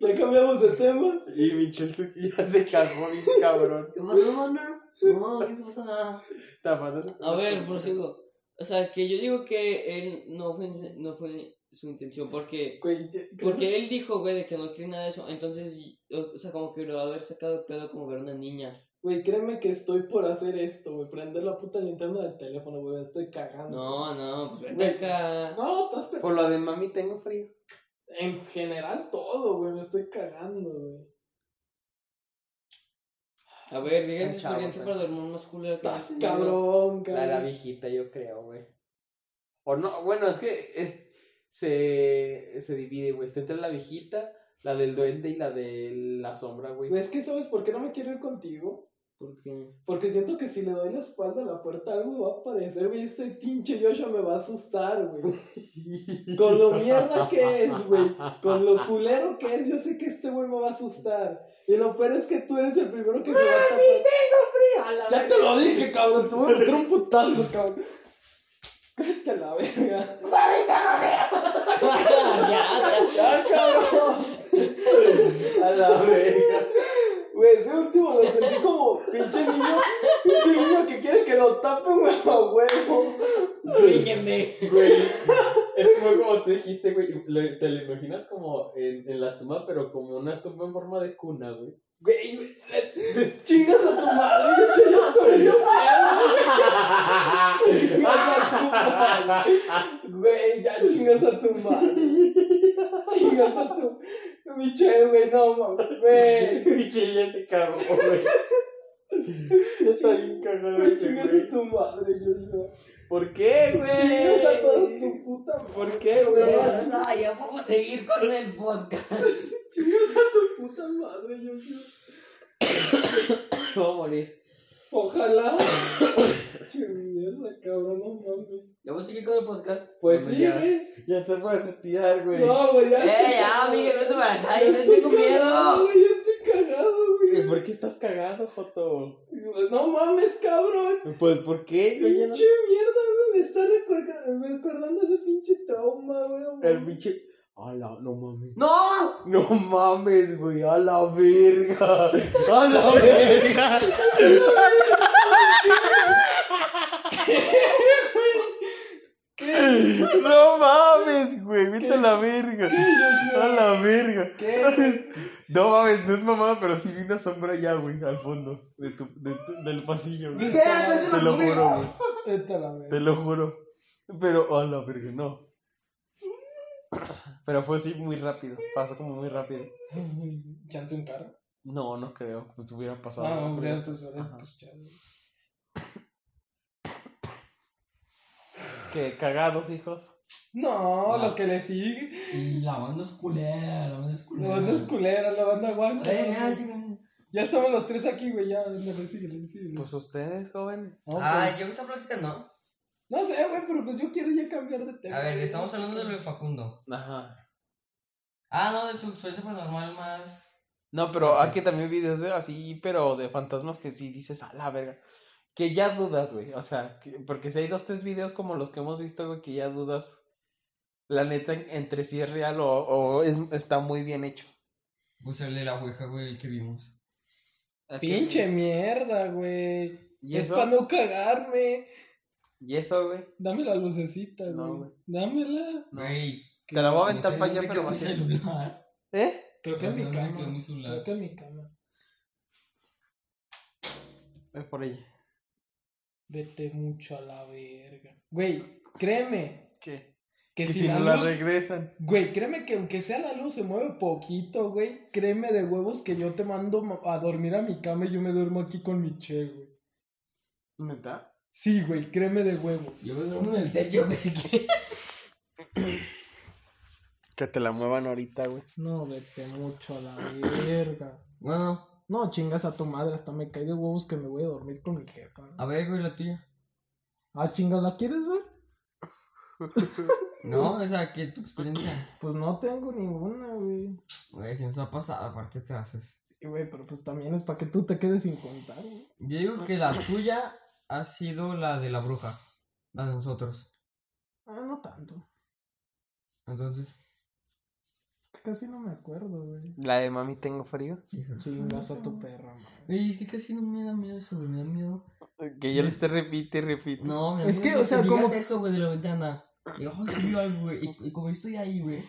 Ya cambiamos de tema.
Y Michel Suki ya se calmó bien cabrón.
¿Qué pasó, mano? No, no pasa nada.
Tapándose con
A
las
ver,
sombras.
prosigo. O sea, que yo digo que él no fue, no fue su intención, porque...
Güey, ya-
Porque él dijo, güey, de que no cree nada de eso, entonces, y- o o sea, como que lo haber sacado el pedo como ver una niña.
Güey, créeme que estoy por hacer esto, güey. Prender la puta linterna del teléfono, güey. me Estoy cagando.
No, no, pues vete
Güey.
acá.
No, estás per-
Por lo de mami tengo frío.
En general todo, güey. Me estoy cagando, güey.
A ver, digan
Tan
tu
chavo,
experiencia
tan
para dormir más culera que
Estás
has tenido.
cabrón,
La de la
cabrón.
viejita, yo creo, güey. O no, bueno, es que es, se, se divide, güey. Está entre la viejita, la del duende y la de la sombra, güey.
Güey, es que ¿sabes por qué no me quiero ir contigo?
¿Por qué? *laughs*
Porque siento que si le doy la espalda a la puerta algo va a aparecer, güey. Este pinche Joshua me va a asustar, güey. Con lo mierda que es, güey. Con lo culero que es, yo sé que este güey me va a asustar. Y lo peor es que tú eres el primero que se va a tapar.
A la
Ya te lo dije, cabrón. Te voy a meter un putazo, cabrón. Cállate la verga.
verga,
ya,
cabrón. A la verga.
Güey, ese último lo sentí como pinche niño. Pinche niño que quiere que lo tapen, güey, a huevo.
Brígueme.
*laughs* Güey, es como, como te dijiste, güey. lo- Te lo imaginas como en, en la tumba, pero como una tumba en forma de cuna, *laughs* güey.
Güey, güey, chingas a tu madre. güey, yo estoy bien pedo, Güey, ya chingas a tu madre. Chingas a tu. *laughs* Michelle, güey, no mames. Güey.
Pinche ya se cagó, güey. Está bien cagado
Güey,
este,
chingas
güey.
a tu madre, Joshua.
¿Por qué,
Chingas a toda
güey?
tu puta madre.
¿Por qué, güey?
Pero, ah, ya vamos a seguir con el podcast.
Chingas a tu puta madre, Joshua.
Me voy a morir.
Ojalá. Qué mierda, cabrón, no mames.
Ya vamos a seguir con el *laughs* podcast.
Pues
Bueno,
sí,
ya.
güey.
Ya te puedes retirar, güey.
No, güey, ya.
Eh,
estoy
ya,
cagado.
Miguel, vete para acá,
Ya
yo te
estoy
tengo miedo.
cagado, güey, ya estoy cagado,
¿Y
güey.
¿Por qué estás cagado, Joto?
No mames, cabrón.
Pues, ¿por qué, güey? Ya no-
Pinche mierda, güey. Me está recordando, recordando ese pinche trauma, güey. no
El
mames.
pinche... Ala, no mames.
¡No!
No mames, güey, a la verga. A la *laughs* verga. No mames, güey, vete a la verga. *laughs* A la verga.
¿Qué?
No mames, no es mamada, pero sí vi una sombra ya, güey, al fondo de tu- de tu- del pasillo. güey.
¿Qué?
Te lo juro, güey.
Vete a la verga.
Te lo juro. Pero, a la verga, no. Pero fue así muy rápido. Pasó como muy rápido.
*laughs* Chance un carro.
No, no creo. Pues hubiera pasado.
Ah,
más
hombre,
rápido.
estas horas,
Ajá.
pues, chale.
Que cagados, hijos.
No,
Ah.
lo que le sigue.
Y la banda es culera, la banda es
La banda es culera, la banda aguanta.
Eh, ya,
güey.
sí, no.
Ya estamos los tres aquí, güey, ya, ándale, síguele, síguele.
Pues ustedes, jóvenes.
No,
Ah,
pues,
yo esta plática no.
No sé, güey, pero pues yo quiero ya cambiar de tema.
A ver,
güey.
estamos hablando de lo de Facundo.
Ajá.
Ah, no, de su experiencia paranormal más.
No, pero aquí también vi videos de- así, pero de fantasmas que sí dices a la verga. Que ya dudas, güey. O sea, que- porque si hay dos, tres videos como los que hemos visto, güey, que ya dudas. La neta, en- entre si es real o, o es, está muy bien hecho.
Pues el de la Ouija, güey, el que vimos.
Pinche mierda, güey.
¿Y
Es
eso?
para no cagarme.
¿Y eso, güey?
Dame la lucecita, güey.
No, güey.
Dámela.
No.
Güey.
Te la voy a
no
aventar
sé
para allá,
dónde
pero
quedó mi
bajé.
celular.
¿Eh?
Creo que en
No sé
mi
dónde
cama.
quedó mi celular.
Creo que en mi cama.
Es por ella.
Vete mucho a la verga. Güey, créeme
¿Qué?
que
Y
si,
si
la
no la
luz-
regresan.
Güey, créeme que aunque sea la luz se mueve poquito, güey. Créeme de huevos que yo te mando ma- a dormir a mi cama y yo me duermo aquí con mi che, güey.
¿Neta?
Sí, güey, créeme de huevos.
Yo me duermo en el techo, güey, si quieres.
Que te la muevan ahorita, güey.
No, vete mucho a la verga.
Bueno,
No, chingas a tu madre, hasta me caí de huevos que me voy a dormir con mi jefa.
a ver, güey, la tuya.
Ah, chingas, ¿la quieres ver?
No, o sea, que tu experiencia.
Pues no tengo ninguna, güey.
Güey, si nos ha pasado, ¿para qué te haces?
Sí, güey, pero pues también es para que tú te quedes sin contar, güey.
Yo digo que la tuya ha sido la de la bruja. La de nosotros.
Ah, no tanto.
Entonces,
Casi no me acuerdo, güey.
La de mami tengo frío.
híjole.
Chingas a tu perra, madre.
Güey, es que casi no me da miedo eso, güey, me da miedo.
Que yo les te repite y repite.
No, me da
Es
miedo
que, o sea,
digas
como-
eso, güey, de la ventana. Y, ay, sí vi algo, güey. Y, y como yo estoy ahí, güey,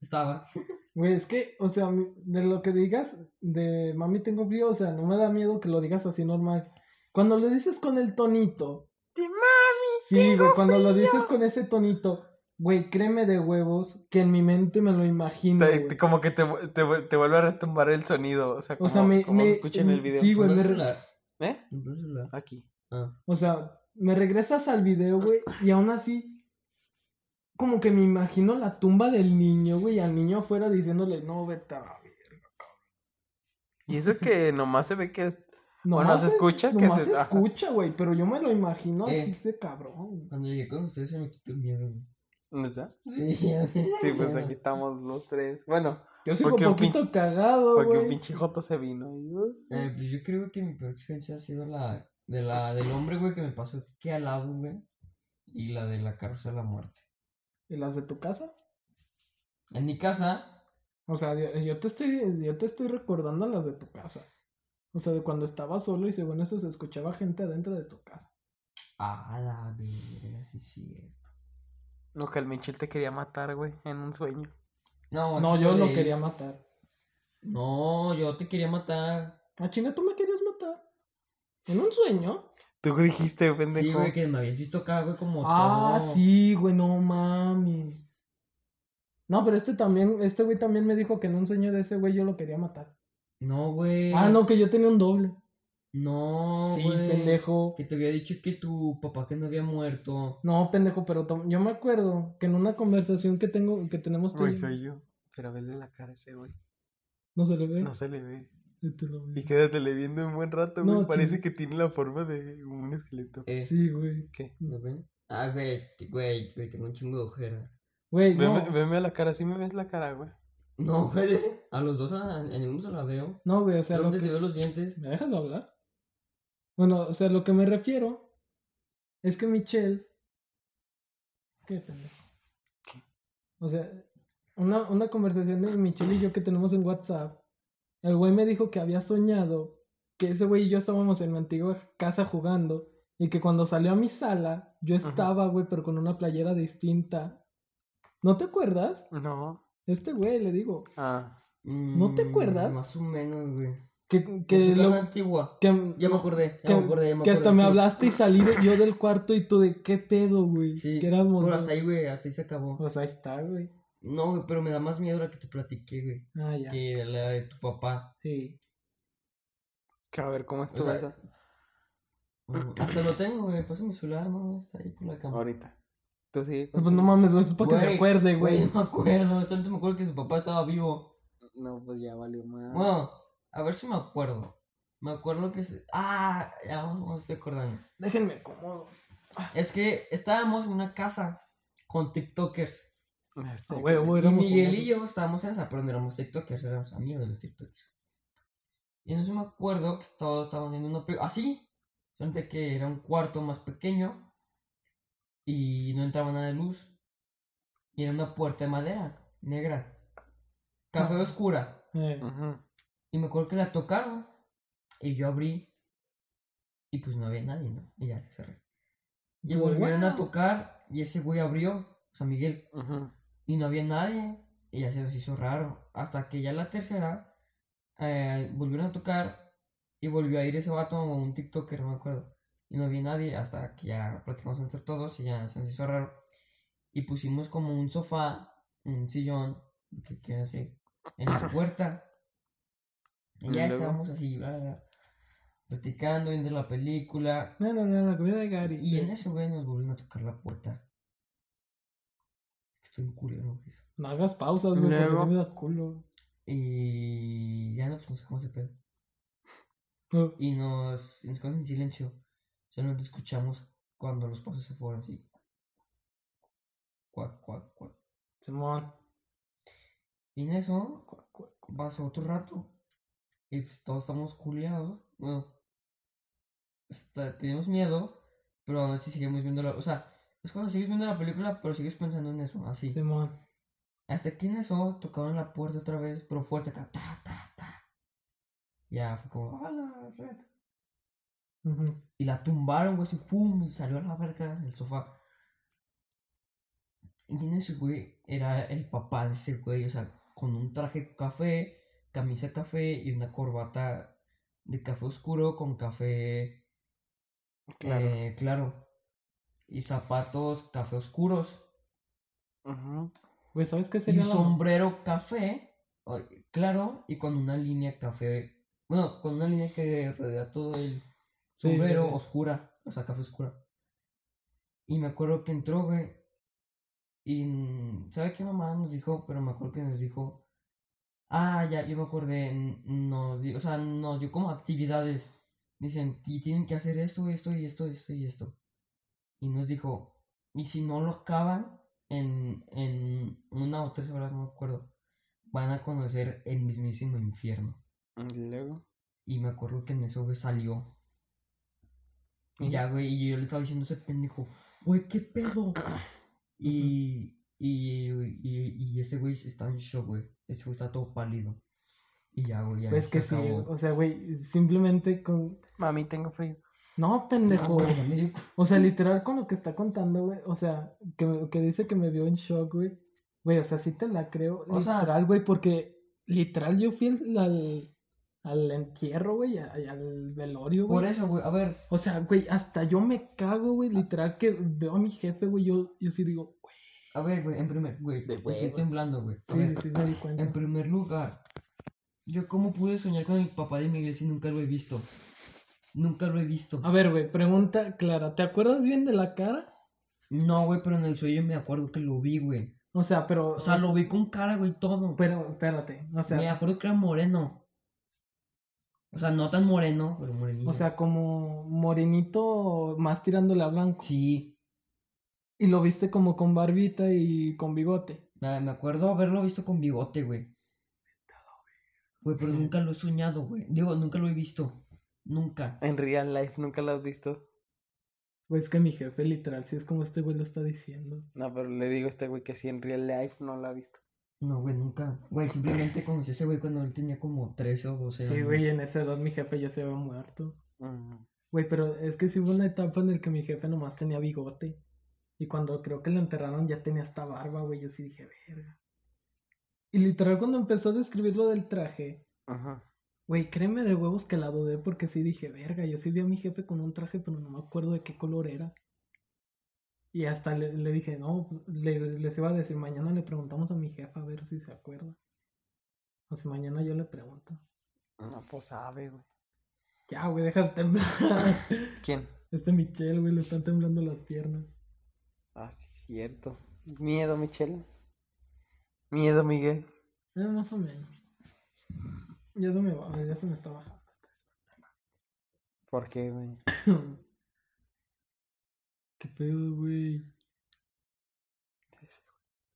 estaba.
Güey, es que, o sea, mi- de lo que digas, de mami tengo frío, o sea, no me da miedo que lo digas así normal. Cuando lo dices con el tonito.
De mami
Sí, güey, cuando lo dices con ese tonito, güey, créeme de huevos que en mi mente me lo imagino.
Te-
güey.
te- como que te, vu- te, vu- te vuelve a retumbar el sonido. O sea, como,
O sea, me.
como
me-
se escucha en el video.
Sí, güey, me re-
¿Eh?
No puedo celular.
Aquí.
Ah.
O sea, me regresas al video, güey, y aún así. Como que me imagino la tumba del niño, güey, y al niño afuera diciéndole, no, vete a la verga".
Y eso que nomás se ve que.
*laughs*
es-
Nomás
bueno, se escucha que
Nomás
se.
se
ajá.
escucha, güey, pero yo me lo imagino
Eh.
así de cabrón.
Cuando llegué con ustedes se me quitó el miedo, güey.
¿Neta?
*laughs*
Sí,
Sí,
pues aquí estamos los tres. Bueno,
Yo sigo un
Porque un
poquito cagado,
porque un
güey.
pinche Joto se vino. y, uh,
Eh, pues yo creo que mi peor experiencia ha sido la, de la del hombre, güey, que me pasó que al lado, güey. Y la de la carroza de la muerte.
¿Y las de tu casa?
En mi casa,
O sea, yo, yo te estoy, yo te estoy recordando las de tu casa. O sea, de cuando estaba solo y según eso se escuchaba gente adentro de tu casa.
a la verga, sí, sí.
No, que el Michel te quería matar, güey, en un sueño.
No,
No,
eso
yo
fue
lo
de-
quería matar.
No, yo te quería matar.
Ah, chinga, tú me querías matar. ¿En un sueño?
Tú dijiste,
Sí,
pendejo.
güey, que me habías visto acá, güey, como
Ah,
todo.
sí, güey, no mames. No, pero este también, este güey también me dijo que en un sueño de ese güey yo lo quería matar.
No, güey.
Ah, no, que yo tenía un doble.
No,
Ah, sí,
güey.
pendejo.
Que te había dicho que tu papá que no había muerto.
No, pendejo, pero tom- yo me acuerdo que en una conversación que tengo, que tenemos tú y-
Güey, soy yo. Pero vele la cara a ese güey.
no se le ve.
No se le ve.
Te lo
Y
vi.
quédatele viendo un buen rato, güey.
No,
Parece
chingues.
que tiene la forma de un esqueleto.
Eh,
Sí, güey.
¿Qué?
¿lo ven? Ah, güey, t- güey, güey, tengo un chingo de ojera. *laughs*
Güey, no,
Veme, veme a la cara, sí me ves la cara, güey.
No, güey, a los dos a, a ninguno se la veo.
no, güey, o sea, lo
¿Dónde
que-
te veo los dientes?
¿Me dejas hablar? Bueno, o sea, lo que me refiero es que Michelle. ¿Qué pendejo? O sea, una, una conversación de Michelle y yo que tenemos en WhatsApp. El güey me dijo que había soñado que ese güey y yo estábamos en mi antigua casa jugando. Y que cuando salió a mi sala, yo
Ajá.
estaba, güey, pero con una playera distinta. ¿No te acuerdas?
No.
Este güey, le digo.
Ah.
¿No te
Mm,
acuerdas?
Más o menos, güey.
Que,
Que
que,
tu
lo-
casa antigua.
que-
Ya me acordé, ya
que,
me acordé, ya me
que hasta
acordé,
me
sí.
hablaste y salí de- yo del cuarto y tú de qué pedo, güey.
Sí.
Que éramos.
Bueno,
dos.
hasta ahí, güey, hasta ahí se acabó.
Pues ahí está, güey.
No, güey, pero me da más miedo la que te platiqué, güey.
Ah, ya.
Que la de tu papá.
Sí.
Que a ver, ¿cómo
O
estuvo
sea,
esa?
*clears throat* Hasta lo tengo, güey. Pasa mi celular, no, está ahí por la cama.
Ahorita. Tú sigue con
Pues
tu-
no mames, güey, eso es para que se
Güey,
acuerde,
Güey, *laughs*
güey.
no me acuerdo, solamente me acuerdo que su papá estaba vivo.
No, pues ya valió más.
Bueno, a ver si me acuerdo. Me acuerdo que. se- Ah, ya me me estoy acordando.
Déjenme acomodo.
Es que estábamos en una casa con TikTokers.
Este,
A huevo,
Y
Ah, éramos
Miguel y
famosos.
yo estábamos en esa, pero no éramos TikTokers, éramos amigos de los TikTokers. Y entonces me acuerdo que todos estaban viendo una película. Así, solamente que era un cuarto más pequeño y no entraba nada de luz. Y era una puerta de madera, negra, café
Ah.
oscura.
Eh,
Ujú.
Y me acuerdo que la tocaron. Y yo abrí. Y pues no había nadie, ¿no? Y ya la cerré. Y
Tú,
volvieron a
"Wow".
tocar. Y ese güey abrió. O sea, Miguel.
Ujú.
Y no había nadie. Y ya se nos hizo raro. Hasta que ya la tercera. eh, volvieron a tocar. Y volvió a ir ese vato o un TikToker, no me acuerdo. Y no había nadie. Hasta que ya platicamos entre todos. Y ya se nos hizo raro. Y pusimos como un sofá. Un sillón. lo Que quiera decir. En
*clears throat*
la puerta. Y
¿Y
ya
luego?
estábamos así. bla, bla, bla, platicando, viendo la película.
No, no, no, la comida de Gary.
Y en eso, güey, nos volvieron a tocar la puerta. Estoy en culero, güey.
No hagas pausas, güey, porque
Luego.
se me da culo.
Y ya no, pues nos sacamos de pedo.
Eh,
Y nos, y nos quedamos en silencio. Solamente escuchamos cuando los pasos se fueron así. Cuac, cuac, cuac.
Simón.
Y en eso pasó otro rato. Y pues todos estamos culiados. Bueno, está, tenemos miedo, pero aún así seguimos viendo la. O sea, es cuando sigues viendo la película, pero sigues pensando en eso, así.
Simón.
Hasta que en eso tocaron la puerta otra vez, pero fuerte acá. Ta, ta, ta. Ya fue como, "A la red!
Ujú.
Y la tumbaron, güey, así, pum, y salió a la verga el sofá. Y en ese güey era el papá de ese güey, o sea, con un traje café, camisa café y una corbata de café oscuro con café
Claro.
eh, claro. Y zapatos café oscuros.
Ujú.
Güey, ¿sabes qué
y
sería
un
la-
sombrero café, o- claro, y con una línea café, bueno, con una línea que rodea todo el
Sí, sí,
sombrero
sí.
oscura, o sea, café oscura. Y me acuerdo que entró, güey, y mm, ¿sabe qué mamá nos dijo? Pero me acuerdo que nos dijo, ah, ya, yo me acordé, n- nos, di- o sea, nos dio como actividades, dicen, y tienen que hacer esto, esto, y esto, esto, y esto. Y nos dijo, y si no lo acaban en, en una o tres horas, no me acuerdo, van a conocer el mismísimo infierno.
Mm,
Y luego.
Y me acuerdo que en eso, güey, salió. Y ya, güey, y yo le estaba diciendo a ese pendejo, güey, ¿qué
*coughs*
pedo? Y, y, y, y ese güey estaba en shock, güey. Ese güey está todo pálido. Y ya, güey, ya
Es Pues que sí, o sea, güey, simplemente con.
Mami, tengo frío.
No, pendejo.
Dejo, ya me dio
O sea, literal con lo que está contando, güey. O sea, que, me- que dice que me vio en shock, güey. Güey, o sea, sí te la creo.
O sea-
literal, güey, porque literal yo fui al, al, al entierro, güey, a- y al velorio,
Por
güey.
eso, Ah. güey, a ver,
O sea, güey, hasta yo me cago, güey. Literal que veo a mi jefe, güey. Yo, yo sí digo, güey.
a ver, güey, en primer, güey, estoy
huevos.
temblando, güey. A
Sí,
ver,
sí, sí, me di
En
cuenta.
primer lugar, yo cómo pude soñar con el papá de Miguel si nunca lo he visto. Nunca lo he visto.
A ver, güey, pregunta clara. ¿Te acuerdas bien de la cara?
No, güey, pero en el sueño me acuerdo que lo vi, güey.
O sea, pero.
O sea, lo vi con cara, güey, todo.
Pero, espérate. Pues O
me
sea,
acuerdo que era moreno. O sea, no tan moreno, pero morenillo.
o sea, como morenito más tirándole a blanco.
sí.
Y lo viste como con barbita y con bigote.
Me me acuerdo haberlo visto con bigote, güey. Güey, pero nunca lo he soñado, güey. Digo, nunca lo he visto. Nunca.
En real life nunca lo has visto.
Pues que mi jefe, literal, si es como este güey lo está diciendo.
No, pero le digo a este güey que si en real life no lo ha visto.
No, güey, nunca. Güey, simplemente conocí a ese güey cuando él tenía como 13 o 12
Sí,
años.
güey, en esa edad mi jefe ya se había muerto.
Mm.
Güey, pero es que sí hubo una etapa en la que mi jefe nomás tenía bigote. Y cuando creo que lo enterraron ya tenía hasta barba, güey. Yo sí dije, verga. Y literal cuando empezó a describir lo del traje,
Ajá.
güey, créeme de huevos que la dudé porque sí dije, verga, yo sí vi a mi jefe con un traje, pero no me acuerdo de qué color era. Y hasta le, le dije, no, le- les iba a decir, mañana le preguntamos a mi jefa a ver si se acuerda. O si mañana yo le pregunto.
No, pues sabe, güey.
Ya, güey, deja de temblar.
¿Quién?
Este Michelle, güey, le están temblando las piernas.
Ah, sí, cierto. Miedo, Michelle. Miedo, Miguel.
Eh, más o menos. Ya se me va, ya se me está bajando hasta
¿Por qué, güey?
eso. *coughs* ¿Qué pedo, güey?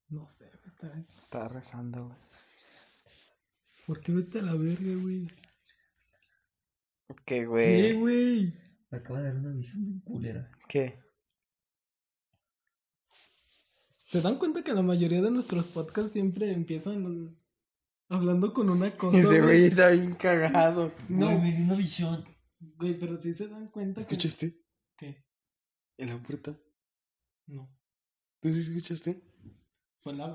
No sé, güey, está.
Está rezando, güey.
¿Por qué vete a la verga, güey?
¿Qué,
¿Qué,
güey?
güey?
Me acaba de dar una visión bien culera.
¿Qué?
¿Se dan cuenta que la mayoría de nuestros podcasts siempre empiezan hablando con una cosa?
Ese güey
güey?
está bien cagado.
No, güey, me dio una visión.
Güey, pero sí se dan cuenta que.
¿Escuchaste?
¿Qué?
En la puerta.
No.
¿Tú sí escuchaste?
Fue la.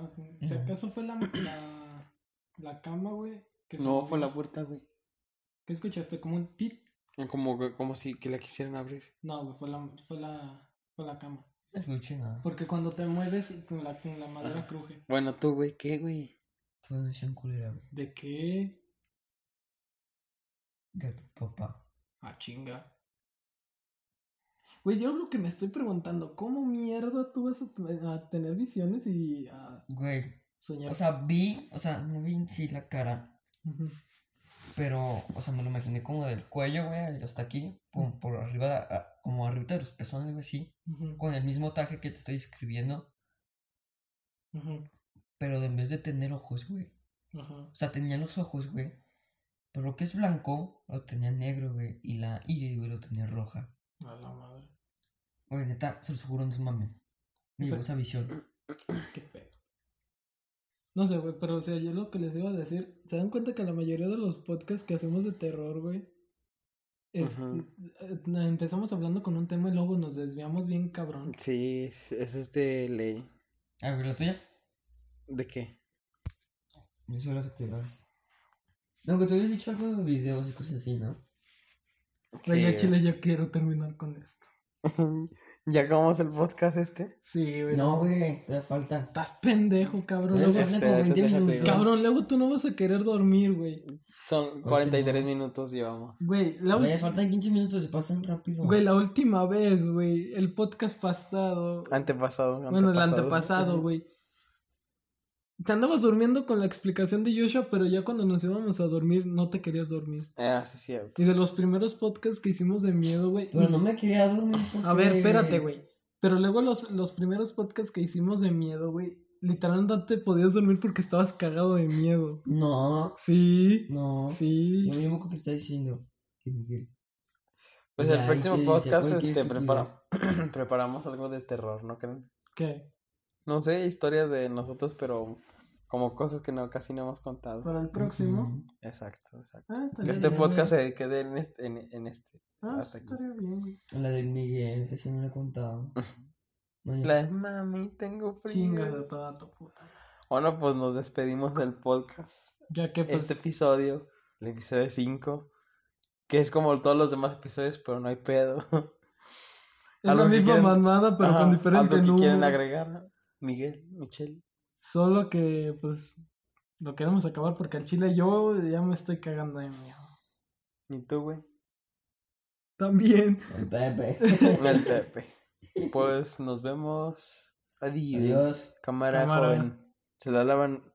Si acaso fue la. La, la cama, güey. que se movió.
puerta, güey.
¿Qué escuchaste? Como un tit.
Ah, Como, como si que la quisieran abrir.
No, güey, fue la, fue la, fue la cama.
No escuché nada.
Porque cuando te mueves y con la, con la madera cruje.
Bueno, tú, güey, ¿qué, güey?
Fue una visión culera, güey.
¿De qué?
De tu papá.
Ah, chinga. Güey, yo lo que me estoy preguntando, ¿cómo mierda tú vas a, t- a tener visiones y a
Güey,
soñar?
o sea, vi, o sea, no vi en sí la cara,
Ujú.
Pero, o sea, me lo imaginé como del cuello, güey, hasta aquí, como por arriba, a- como arriba de los pezones, güey, así,
Ujú,
con el mismo traje que te estoy describiendo,
ujú,
pero en vez de tener ojos, güey.
ujú.
O sea, tenía los ojos, güey, pero lo que es blanco lo tenía negro, güey, y la iris, güey, lo tenía roja.
A la madre.
Güey, neta, se los juro, no es mame. Me
O sea-
llegó esa visión.
Qué pedo. No sé, güey, pero o sea, yo lo que les iba a decir, ¿se dan cuenta que la mayoría de los podcasts que hacemos de terror, güey? Es,
Ujú.
eh, empezamos hablando con un tema y luego nos desviamos bien cabrón.
Sí, es- eso es de ley.
Ah, güey, la tuya.
¿De qué?
Me suelo las actividades. Aunque te habías dicho algo de videos y cosas así, ¿no?
Güey, ya
Sí,
chile, ya quiero terminar con esto.
güey. *laughs* ¿Ya acabamos el podcast este?
Sí, güey.
No, güey, te da falta.
Estás pendejo, cabrón.
Te
Luego,
faltan como
espérate,
20
déjate,
minutos.
güey.
cabrón, luego tú no vas a querer dormir, güey.
Son
no.
43 minutos llevamos.
Güey, la,
Güey,
ul-
faltan 15 minutos, se pasan rápido.
güey, la última vez, güey. El podcast pasado.
Antepasado.
bueno, el
antepasado.
antepasado, güey. Te andabas durmiendo con la explicación de Joshua, pero ya cuando nos íbamos a dormir no te querías dormir.
Ah, sí, cierto.
Y de los primeros podcasts que hicimos de miedo, güey.
Pero no me quería dormir porque...
A ver, espérate, güey. Pero luego los, los primeros podcasts que hicimos de miedo, güey. Literal no te podías dormir porque estabas cagado de miedo.
No,
Sí,
no.
sí.
Lo mismo que está diciendo. que Miguel.
Pues
Ya,
el próximo
este,
podcast
¿cuál quieres
este
tú
prepara- *clears throat* preparamos algo de terror, ¿no creen?
¿Qué?
No sé, historias de nosotros, pero como cosas que no casi no hemos contado.
Para el próximo.
Ujú.
Exacto, exacto.
Ah, tal
Que
vez.
este
sí,
podcast se quede en este. En, en este.
Ah,
hasta aquí.
estaría bien, güey.
La del Miguel, que se me la he contado. Bueno,
La de mami, tengo
Chinga
frío.
de toda tu puta.
Bueno, pues nos despedimos del podcast.
Ya que pues.
Este episodio, el episodio 5, que es como todos los demás episodios, pero no
*laughs*
hay pedo.
es
algo
la
que
misma
quieran-
mamada, pero
Ajá,
con diferente
Algo que quieren
número.
agregar. Miguel, Michelle.
Solo que, pues. Lo queremos acabar porque al chile yo ya me estoy cagando de miedo.
¿Y tú, güey?
También.
Don Pepe. *laughs*
*laughs*
El Pepe. Pues nos vemos. Adiós.
Adiós.
Cámara,
Cámara.
joven. Se la lavan